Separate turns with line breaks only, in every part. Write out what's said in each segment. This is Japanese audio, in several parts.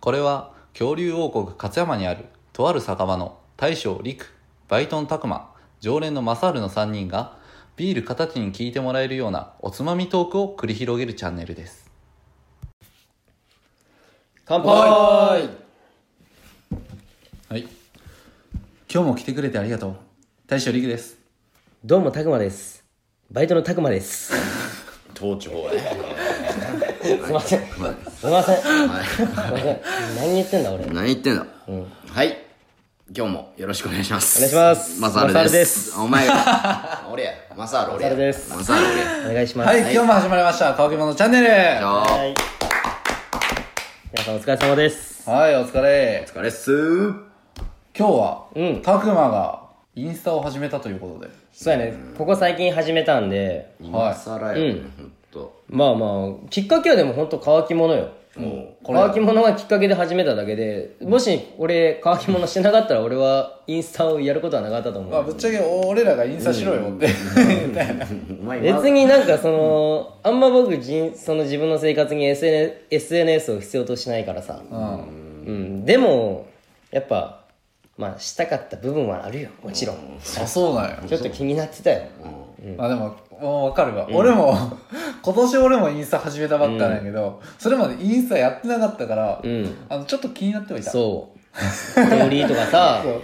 これは恐竜王国勝山にあるとある酒場の大将陸バイトン拓磨常連のマサールの3人がビール形に聞いてもらえるようなおつまみトークを繰り広げるチャンネルです乾
はい
はい今日も来てくれてありがとう大将陸です
どうも、たくまです。バイトのたくまです。
頭頂は
すいません。すいません。すいません。何言ってんだ、俺。お願
何言ってんだ、はい今日もよろしくお願いします
お願いします
マサールで
マサールです
すお前が俺やマサール俺や
マサールです
マサール俺や
いします。
はい、今日も始まりました「乾き物チャンネル」は
よー
はい皆さんお疲れ様です。
いお疲れ
お疲れっすー
今日は
うん
拓磨、がインスタを始めたということで
そうやね、ここ最近始めたんで、
今更やね、ほんと
まあまあ、きっかけはでも本当乾き物よ。
も
これ
乾き物がきっかけで始めただけで、もし俺乾き物してなかったら俺はインスタをやることはなかったと思
まあ
う。
ぶっちゃけ俺らがインスタしろよって、
うお前今
別になんかその、あんま僕人、その自分の生活に SN SNS を必要としないからさ。
うん
うん、でもやっぱまあしたかった部分はあるよもちろん
あそうなんや
ちょっと気になってたよ
まあでも、もうわかるわ。俺も、 今年俺もインスタ始めたばっかなんやけど、それまでインスタやってなかったから、
うん
あの、ちょっと気になってはいた。
そうストーリーとかさ
そう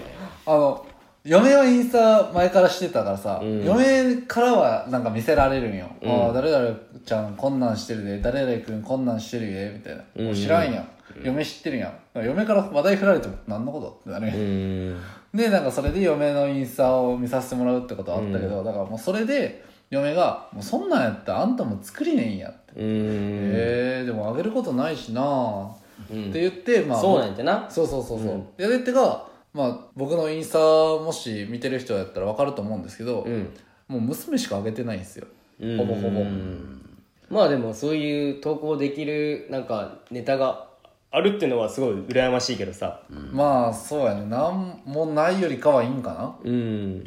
あの、嫁はインスタ前からしてたからさ、
うん
嫁からはなんか見せられるんよ。ああ、誰々ちゃんこんなんしてるで、誰々くんこんなんしてるで、みたいな。
うんうん
知らんやん。嫁知ってるやん。嫁から話題振られても何のことってなるやん
う。ん
でなんかそれで嫁のインスタを見させてもらうってことはあったけど、だからもうそれで嫁が「もうそんなんやったらあんたも作りねえんや」って「
うん
えー、でもあげることないしなあ」
うん
って言ってまあ
そうなんてな
そうそうそうそう、
うん
でってが、まあ、僕のインスタもし見てる人やったら分かると思うんですけど、
うん
もう娘しかあげてないんですよ
うん
ほぼほぼ、
まあでもそういう投稿できるなんかネタがあるってのはすごい羨ましいけどさ
まあそうやねなんもないよりかはいいんかな
うん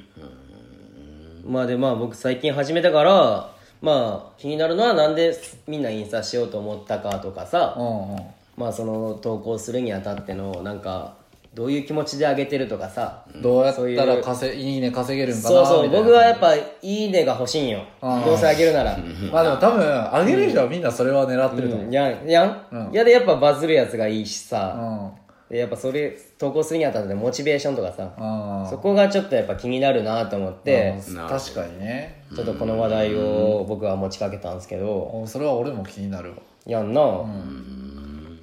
まあでまあ僕最近始めたからまあ気になるのはなんでみんなインスタしようと思ったかとかさ
うんうん
まあその投稿するにあたってのなんかどういう気持ちで上げてるとかさ、
どうやっ
そうい
たら
う
稼いいね稼げるんかな
そうそう
みたいな
僕はやっぱいいねが欲しいんよ
あー
どうせ上げるなら
まあでも多分あげる人はみんなそれは狙ってると思う、
うんやんやん、
うん
やでやっぱバズるやつがいいしさ、
うん
でやっぱそれ投稿するにあたってモチベーションとかさ、
あ
そこがちょっとやっぱ気になるなと思っ
で
て、
なるほど
確かにね
ちょっとこの話題を僕は持ちかけたんですけど、
おそれは俺も気になるわ
やんな、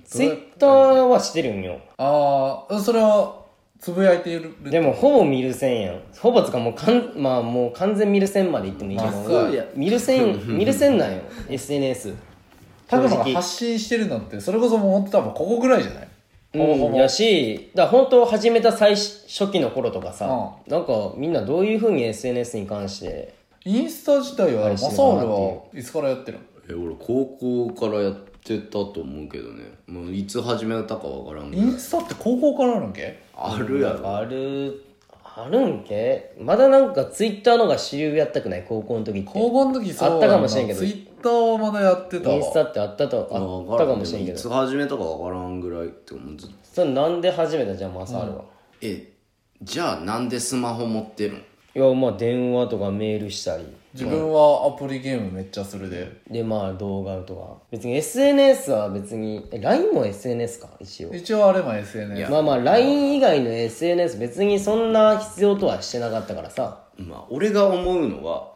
ツイ
それ
ッターはしてるんよ、
ああそれはつぶやいている
でもほぼミルセンやんほぼつかもうかんまあもう完全ミルセンまでいってもいいけど、
まあそうや
ミルセンミルセンなんよ SNS
タクマが
正直
発信してるのってそれこそもうほんと多分ここぐらいじゃない
うんやしだから本当始めた最初初期の頃とかさ、
う
なんかみんなどういうふうに SNS に関して
インスタ自体はマ
配
サ
信
ー
だなって
ル
いう
はいつからやってるの
え俺高校からやってたと思うけどねもういつ始めたかわからんけ
イ
ど
ンスタって高校からあるんけ
あるやろ
あるあるんけまだなんかツイッターのが主流やったくない高校の時って
高校の時そう
あったかもしれんけど
ツイッターはまだやってたわ
インスタってあったとあったかもしれんけ
い
ど
つ始めたかわからんぐらいって思うずっと
それなんで始めたじゃんマサールは、
えじゃあなんでスマホ持ってるの
いやまあ電話とかメールしたり
自分はアプリゲームめっちゃするで
でまあ動画とか別に SNS は別にえ LINE も SNS か一応
一応あれも SNS
まあまあ LINE 以外の SNS 別にそんな必要とはしてなかったからさ
まあ俺が思うのは、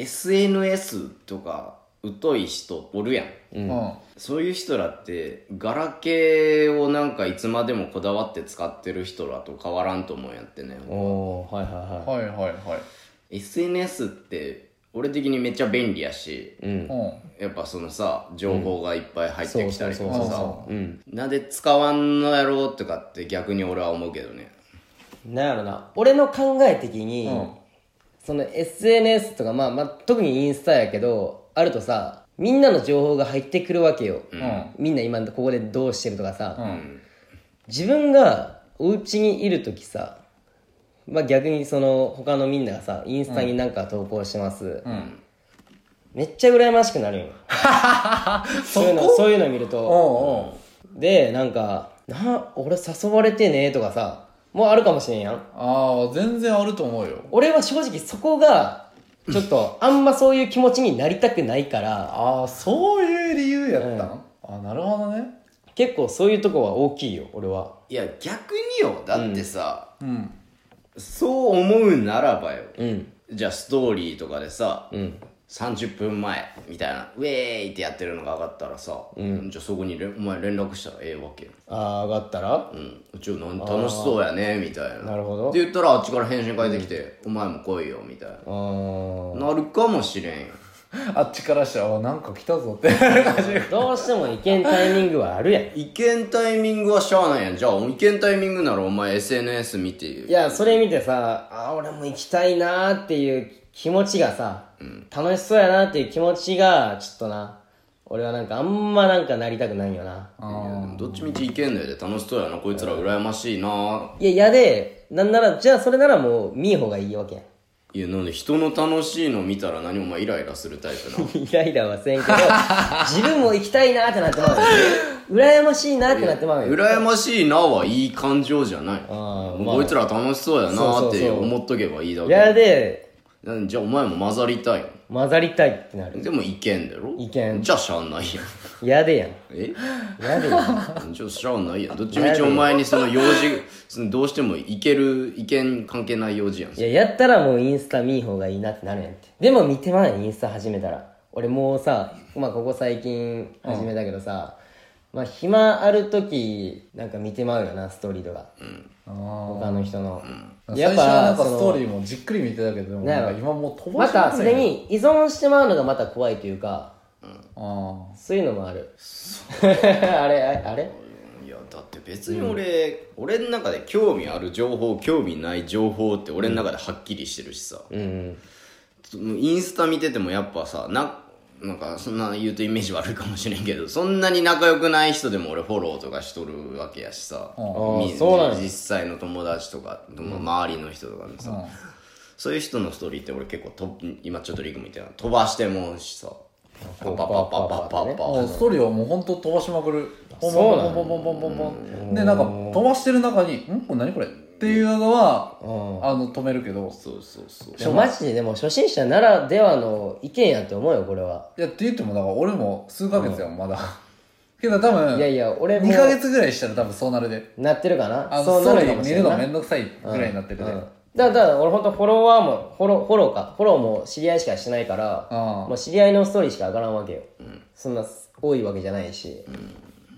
SNS とか疎い人おるやん
うん、
そういう人らってガラケーをなんかいつまでもこだわって使ってる人らと変わらんと思うんやってね
おおはいはいは
はいはいはい
SNS って俺的にめっちゃ便利やし
いうん
うん
やっぱそのさ情報がいっぱい入ってきたりと
そ
か
う
さ
そ
うん
なんで使わんのやろうとかって逆に俺は思うけどね
なんやろな俺の考え的に、
うん
その SNS とかまあまあ特にインスタやけどあるとさみんなの情報が入ってくるわけよ、
うんうん
みんな今ここでどうしてるとかさ、
うん
自分がお家にいる時さまあ逆にその他のみんながさインスタになんか投稿してます、
ん
めっちゃ羨ましくなるよそういうのそういうの見る
う
と
んうん
でなんか「な俺誘われてね」とかさもうあるかもしれんやん
ああ全然あると思うよ
俺は正直そこがちょっとあんまそういう気持ちになりたくないから
ああそういう理由やったん、あなるほどね
結構そういうとこは大きいよ俺はい
や逆によだってさ、
うん
そう思うならばよ
うん
じゃあストーリーとかでさ
うん
30分前みたいなウェーイってやってるのが上がったらさ、じゃあそこにれお前連絡したらええわけよ
ああ上がったら
うん、ちょなん楽しそうやねみたいな
なるほど
って言ったらあっちから返信返ってきて、お前も来いよみたい
あー
ななるかもしれんよ
あっちからしたらあなんか来たぞって
どうしてもいけんタイミングはあるやんい
いけんタイミングはしゃあないやんじゃあいけんタイミングならお前 SNS 見てよ
やそれ見てさあー俺も行きたいなーっていう気持ちがさ、楽しそうやなっていう気持ちがちょっとな俺はなんかあんまなんかなりたくないよな
どっちみちいけんのやで楽しそうやなこいつら羨ましいない
や嫌でなんならじゃあそれならもう見え方がいいわけやん
いやなんで人の楽しいの見たら何お前イライラするタイプな
イライラはせんけど自分も行きたいなってなってまうよ羨ましいなってなってまうよ
羨ましいなはいい感情じゃない
あー
もうこいつら楽しそうやなっ
そう
て
そうそう
思っとけばいいだけ
嫌で
なんじゃあお前も混ざりたいよ
混ざりたいってなる
でもいけんだろ
いけん
じゃあしゃあない やん
嫌でやん
え
嫌でやん
じゃあしゃあないやんどっちみちお前にその用事そのどうしてもいけるいけん関係ない用事やん
いややったらもうインスタ見ん方がいいなってなるやんってでも見てまうやんインスタ始めたら俺もうさまあここ最近始めたけどさ、まあ暇ある時なんか見てまうよなストーリーとか、
あ
他の人の、
あや
やっ
っ
ぱ
ぱなんか
その
ストーリーもじっくり見てたけどでも
なんや
な
ろ
んか今もう飛ば
ま
してく
たそれに依存してまうのがまた怖いというか
あ
そういうのもある。 あれ、ああれ
いやだって別に俺、俺の中で興味ある情報興味ない情報って俺の中ではっきりしてるしさ、
うん。
インスタ見ててもやっぱさななんかそんな言うとイメージ悪いかもしれんけどそんなに仲良くない人でも俺フォローとかしとるわけやしさ、
うん
み
あーそうなんや
実際の友達とか、周りの人とかのさ、
うん
そういう人のストーリーって俺結構と今ちょっとリクみたいな飛ばしてもうしさパパパパパパパ
あもうストーリーはもうほんと飛ばしまくるポン
そうなの
ポンポンポンポンポンポンでなんか飛ばしてる中に「んこれ何これ?」っていうのは
うん。
あの止めるけど
そうそうそう
でもマジででも初心者ならではの意見やと思うよ、これは。
いやって言ってもだから俺も数ヶ月やんまだけど多分
いやいや、俺も
2ヶ月ぐらいしたら多分そうなるで
なってるかな
あのスト
な
ー
る
リ
か
ー
もし
見
れ
る
ん
の
な
めんどくさいぐらいになってるで
うんだからだから俺本当フォロワーもフォローフォローかフォローも知り合いしかしてないから
ああ
もう知り合いのストーリーしか上がらんわけよ、そんな多いわけじゃないし、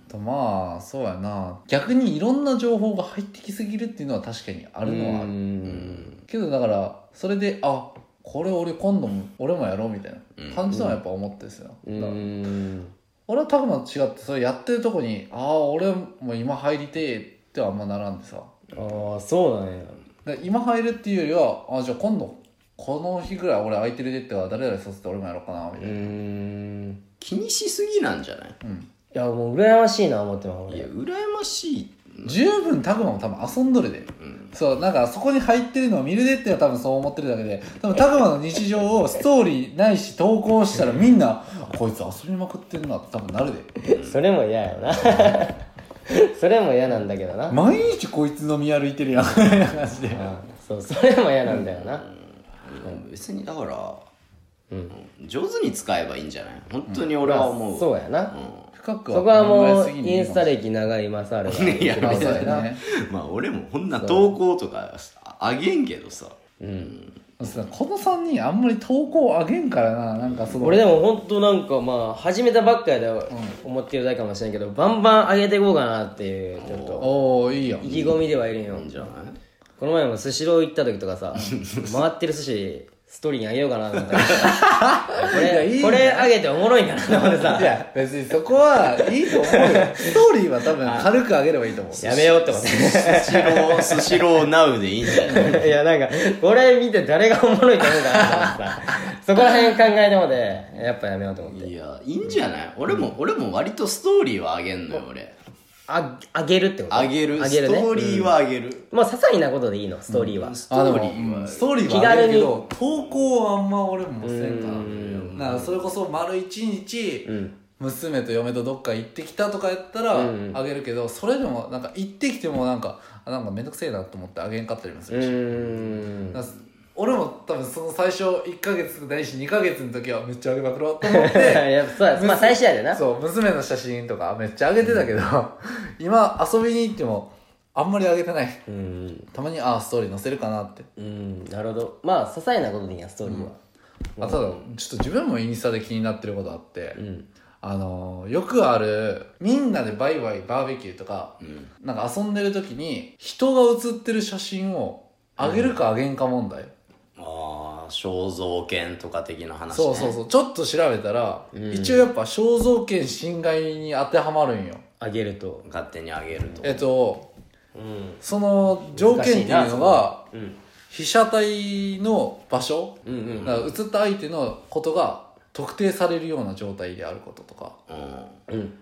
とまあそうやな逆にいろんな情報が入ってきすぎるっていうのは確かにあるのはあ
う
る
ん
けどだからそれであこれ俺今度も俺もやろうみたいな感じのはやっぱ思ってですよ、
うん
だから俺はタグマと違ってそれやってるとこにああ俺も今入りてえってはあんまならんでさ
ああそうなんや
だから今入るっていうよりはあじゃあ今度この日ぐらい俺空いてるでっては誰々させて俺もやろうかなみたいな、
うん
気にしすぎなんじゃない
いやもう羨ましいな思ってま
いや
す
羨ましい
十分タグマも多分遊んどるで、そうなんかそこに入ってるのを見るでっては多分そう思ってるだけで多分タグマの日常をストーリーないし投稿したらみんなこいつ遊びまくってんなって多分なるで
俺それも嫌 やよなそれも嫌なんだけどな、
毎日こいつ飲み歩いて るやんみたいな感じで
そうそれも嫌なんだよな、
別にだから、上手に使えばいいんじゃない本当に俺は思う、
そうやな、
深く
そこはも
考え
う
すぎ
インスタ歴長 いマサルが
いや
一番
そう
そうや
や
な
ね
まあ俺もこんな投稿とかあげんけどさ
そうこの3人あんまり投稿あげんからななんかその
俺でも本当なんかまあ始めたばっかやで思ってるだけかもしれんけどバンバン上げていこうかなっていうちょっと
おおいいやん
意気込みではいるんよ
じゃない
この前もスシロー行った時とかさ回ってる寿司ストーリーにあげようかなと思 ったこ
やいい
れ
ね
これあげておもろいんかなと思ってさ
い や別にそこはい いと思うよストーリーは多分軽くあげればいいと思う
やめようって思って
スシロースシローナウでいいんじゃな い
いやなんかこれ見て誰がおもろいと思うかなと思ってさそこら辺考えてもでやっぱやめようと思っ て
いやいいんじゃない俺も、俺も割とストーリーはあげんのよ俺
ああげるってこと
あげる
あげるね
ストーリーはあげる、
まあ些細なことでいいのストーリーは、
スト
あで
ー
も
リーは、
うんストーリーはあるけど投稿はあんま俺もせんからなんかそれこそ丸一日娘と嫁とどっか行ってきたとかやったら
うん
あげるけど、それでもなんか行ってきてもなんかあなんか面倒くせえなと思ってあげんかったりもす
う
るし、
ん
だから俺も多分その最初1ヶ月ないし2ヶ月の時はめっちゃあげまくろうと思 って
やっぱそうやまあ最初やでな
そう娘の写真とかめっちゃあげてたけど、今遊びに行ってもあんまりあげてない
うん
たまにああストーリー載せるかなって
うんなるほどまあ些細なことでいいやストーリーは
あただちょっと自分もインスタで気になってることあって、
うん
あのーよくあるみんなでバイバイバーベキューとか
うん
なんか遊んでる時に人が写ってる写真をあげるかあげんか問題、
ああ肖像権とか的な話、ね、
そうそうそうちょっと調べたら、
うん
一応やっぱ肖像権侵害に当てはまるんよ
あげると
勝手にあげると
えっと
うん
その条件っていうのが
うん
被写体の場所、
うんうん
だから写った相手のことが特定されるような状態であることとか
う
う
ん
ん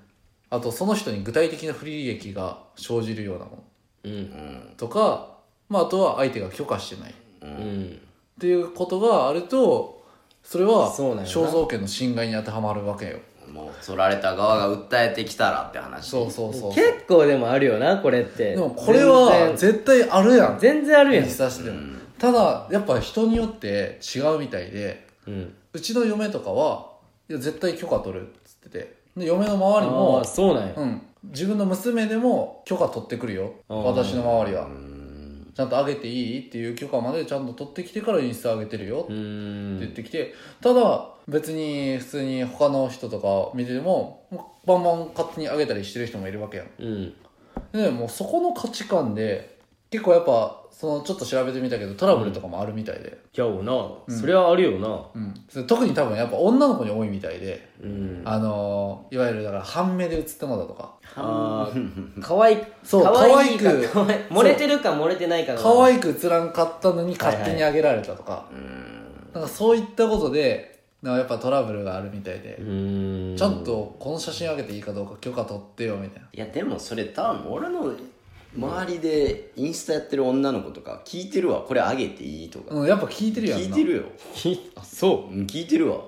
あとその人に具体的な不利益が生じるようなも
うん
うん
のとか、まあ、あとは相手が許可してないっ
うん
ていうことがあるとそれは
そうなんやな
肖像権の侵害に当てはまるわけよ
もう取られた側が訴えてきたらって話
そうそうそうそう
結構でもあるよなこれって
でもこれは絶対あるやん
全然全然あるやん
インスタしてても
うん
ただやっぱ人によって違うみたいで
うん
うちの嫁とかはいや絶対許可取るっつっててで嫁の周り
あ
も
あそうなんや
うん、自分の娘でも許可取ってくるよ
あー
私の周りは
うん
ちゃんとあげていいっていう許可までちゃんと取ってきてからインスタ上げてるよって
うーん
言ってきて、ただ別に普通に他の人とか見ててもバンバン勝手に上げたりしてる人もいるわけやん
うん
でもうそこの価値観で結構やっぱそのちょっと調べてみたけどトラブルとかもあるみたいで、
やおな、それはあるよな
うん特に多分やっぱ女の子に多いみたいで、
うん
あのーいわゆるだから半目で写ったのだとか
あーかわい
そう
かわいい
可愛
か
く
かわい漏れてるか漏れてないか
可
い
愛く写らんかったのに勝手に上げられたとか、
うん
なんかそういったことでなんかやっぱトラブルがあるみたいで、
うーん
ちゃんとこの写真あげていいかどうか許可取ってよみたいない
やでもそれ多分俺の周りでインスタやってる女の子とか聞いてるわこれあげていいとか、
うんやっぱ聞いてるやんな
聞いてるよ
きあそ
うん聞いてるわ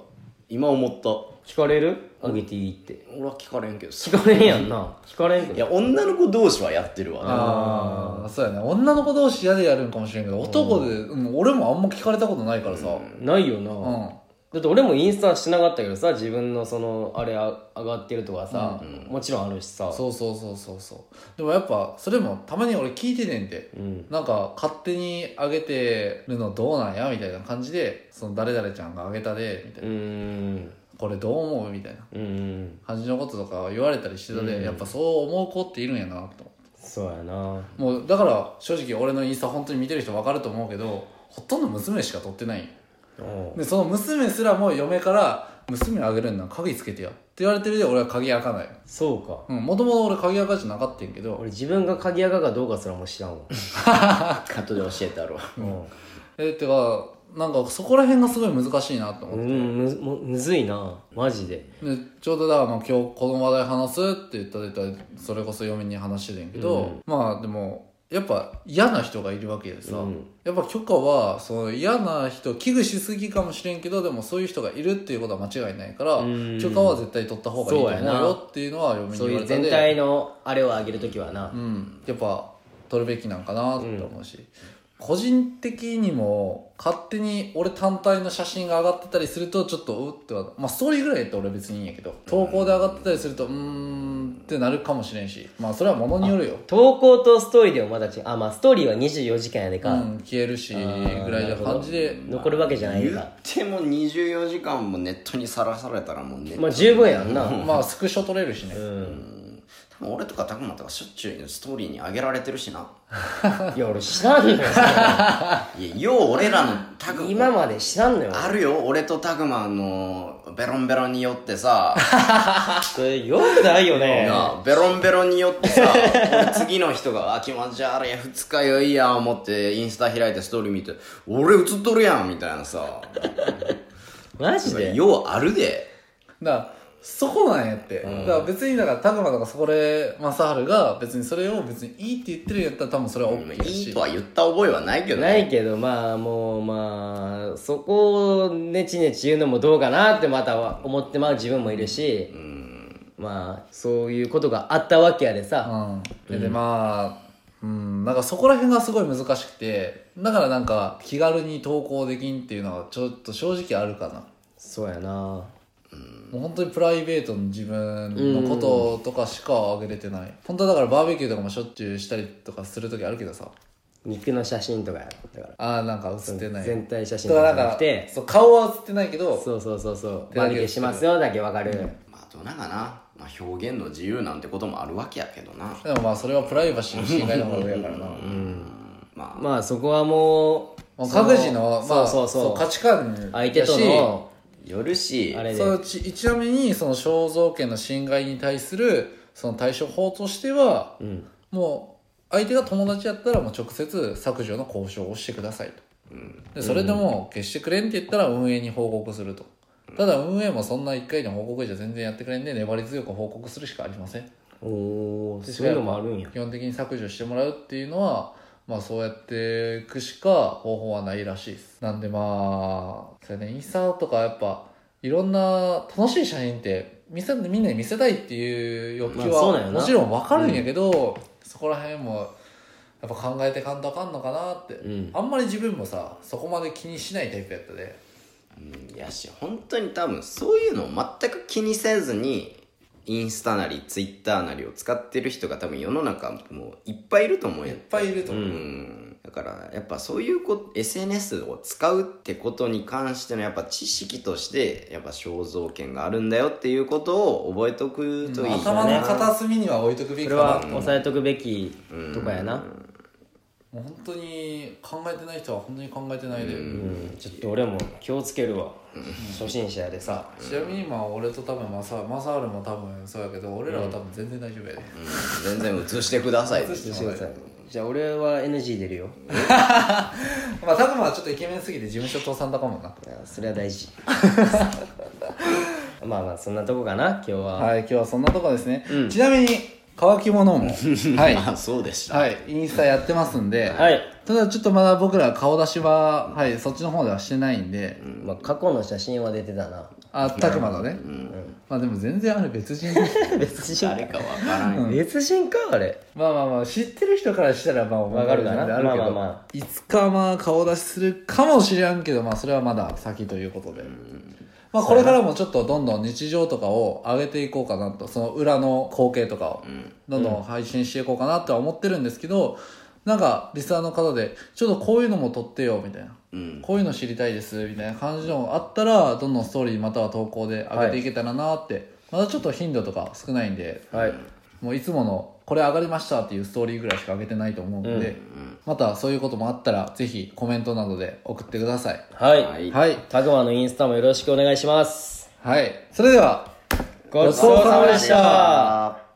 今思った
う聞かれるあげていいって
俺は聞かれんけど
聞かれんやんな聞かれんけ
い
ど
や女の子同士はやってるわ
ああそうやね女の子同士嫌でやるんかもしれんけど男で、うん、俺もあんま聞かれたことないからさうん、
ないよな、だって俺もインスタしなかったけどさ自分のそのあれあ上がってるとかさ、もちろんあるしさ
そうそうそうそうそうでもやっぱそれもたまに俺聞いてねんて
うん
なんか勝手にあげてるのどうなんやみたいな感じでその誰々ちゃんがあげたでみたいう
ー
な、
ん
これどう思うみたいな
うーん
感じのこととか言われたりしてたで、やっぱそう思う子っているんやなと思って
そうやな
もうだから正直俺のインスタ本当に見てる人分かると思うけどほとんど娘しか撮ってないよ
おう
でその娘すらも嫁から「娘あげるんなら鍵つけてよ」って言われてるで俺は鍵開かない
そうか
もともと俺鍵開かじゃなかったんやけど
俺自分が鍵垢かどうかすらも知らんわ
後で教えてあろう
うん
えってかなんかそこら辺がすごい難しいなと思
う
って、
んむむむずいなマジで
でちょうどだからまあ今日この話題話すって言ったでそれこそ嫁に話してたんやけど、
うん
まあでもやっぱ嫌な人がいるわけでさ、
うん
やっぱ許可はその嫌な人危惧しすぎかもしれんけどでもそういう人がいるっていうことは間違いないから、
うん
許可は絶対取った方がいいと思う
そうやな
よっていうのは嫁に
そう
言われ
いう
たん
全
で
体のあれを上げるときはな
うん、やっぱ取るべきなんかなって思うし、個人的にも勝手に俺単体の写真が上がってたりするとちょっとうってはまあストーリーぐらいって俺別にいいんやけど投稿で上がってたりするとうーんってなるかもしれんしまあそれはものによるよ、
投稿とストーリーでもまだ違うあまあストーリーは24時間やで
う
か、
ん、消えるしぐらいな感じで
残るわけじゃない
言
か
っても24時間もネットにさらされたらもうネット、
まあ十分やんな
まあスクショ取れるしね、
うん多分俺とかたくまとかしょっちゅうストーリーに上げられてるしな
いや俺知らんのよ
いやよう俺らのたく
今まで知らんのよ
あるよ俺とたくまのベロンベロンによってさ
それよくないよね
なあベロンベロンによってさ俺次の人が「あ気持ち悪い二日酔いや」思ってインスタ開いてストーリー見て「俺映っとるやん」みたいなさ
マジで
ようあるで
だからそこなんやって、だから別にだから拓磨とかそこで正治が別にそれを別にいいって言ってるんやったら多分それは OK だし、
いいとは言った覚えはないけどね
ないけどまあもうまあそこをネチネチ言うのもどうかなってまたは思ってまう自分もいるし、
うん
まあそういうことがあったわけやでさ、
うん、でまあ、うん、なんかそこら辺がすごい難しくてだからなんか気軽に投稿できんっていうのはちょっと正直あるかな
そうやな
もう本当にプライベートの自分のこととかしかあげれてない、本当はだからバーベキューとかもしょっちゅうしたりとかする時あるけどさ
肉の写真とかやろだから
ああなんか写ってない
全体写真
だ
と
か
からじゃ
な
なん
か
くて
そう顔は写ってないけど
そうそうそうそう
手だ
バ
け
ーベキューしますよだけわかる、
まあどうなんかな、まあ、表現の自由なんてこともあるわけやけどな
でもまあそれはプライバシーの侵害の方が上やからな
ま
まあそこはもう
もう各自の
そ
ま
の
あ
そうそうそう
価値観やし
相手との
あよるし
あれで
そうちちなみにその肖像権の侵害に対するその対処法としては、もう相手が友達やったらもう直接削除の交渉をしてくださいと、でそれでもう消してくれんって言ったら運営に報告するとただ運営もそんな1回の報告じゃ全然やってくれんで粘り強く報告するしかありません
おおそういうのもあるんや
基本的に削除してもらうっていうのはまあそうやっていくしか方法はないらしいですなんでまあそうやねインスタとかやっぱいろんな楽しい写真って見せみんなに見せたいっていう欲求
まあそうなん
は
やな
もちろんわかるんやけど、そこら辺もやっぱ考えてかんとあかんのかなって、
うん
あんまり自分もさそこまで気にしないタイプやったで
うんいやし本当に多分そういうのを全く気にせずにインスタなりツイッターなりを使ってる人が多分世の中もういっぱいいると思うよ
いっぱいいると思う
うんだからやっぱそういうこ SNS を使うってことに関してのやっぱ知識としてやっぱ肖像権があるんだよっていうことを覚えとくといいよ
頭の片隅には置いとくべき
そ
か
れ
な
は押さえとくべきとかやな
もう本当に考えてない人は本当に考えてないで、
うんちょっと俺も気をつけるわ初心者やでさ
ちなみにまあ俺と多分マサマサールも多分そうやけど俺らは多分全然大丈夫やで、
全然映してくださいって
してください
じゃあ俺は NG 出るよ
まあタクマはちょっとイケメンすぎて事務所倒産だかもない
やそれは大 事まあまあそんなとこかな今日は、
はい今日はそんなとこですね、ちなみに乾き 物もはい
まあそうでした、
はいインスタやってますんで、
はい
ただちょっとまだ僕ら顔出しは、はい、そっちの方ではしてないんで、
まあ、過去の写真は出てたな
あタクマのね、まあでも全然あれ別人
別人
誰かわからんよ
別人かあれ
まあまあまあ知ってる人からしたらまあわ
かるかな
あるけど、
まあまあま
いつかまあ顔出しするかもしれんけどまあそれはまだ先ということで、まあこれからもちょっとどんどん日常とかを上げていこうかなとその裏の光景とかをどんどん配信していこうかなとは思ってるんですけど、なんかリスナーの方でちょっとこういうのも撮ってよみたいな
うん
こういうの知りたいですみたいな感じのあったらどんどんストーリーまたは投稿で上げていけたらなって、まだちょっと頻度とか少ないんで、
はい
もういつものこれ上がりましたっていうストーリーぐらいしか上げてないと思うんで、またそういうこともあったらぜひコメントなどで送ってください
はい、
は
はい、
い
はい
タグマのインスタもよろしくお願いします
はいそれでは
ごちそうさまでした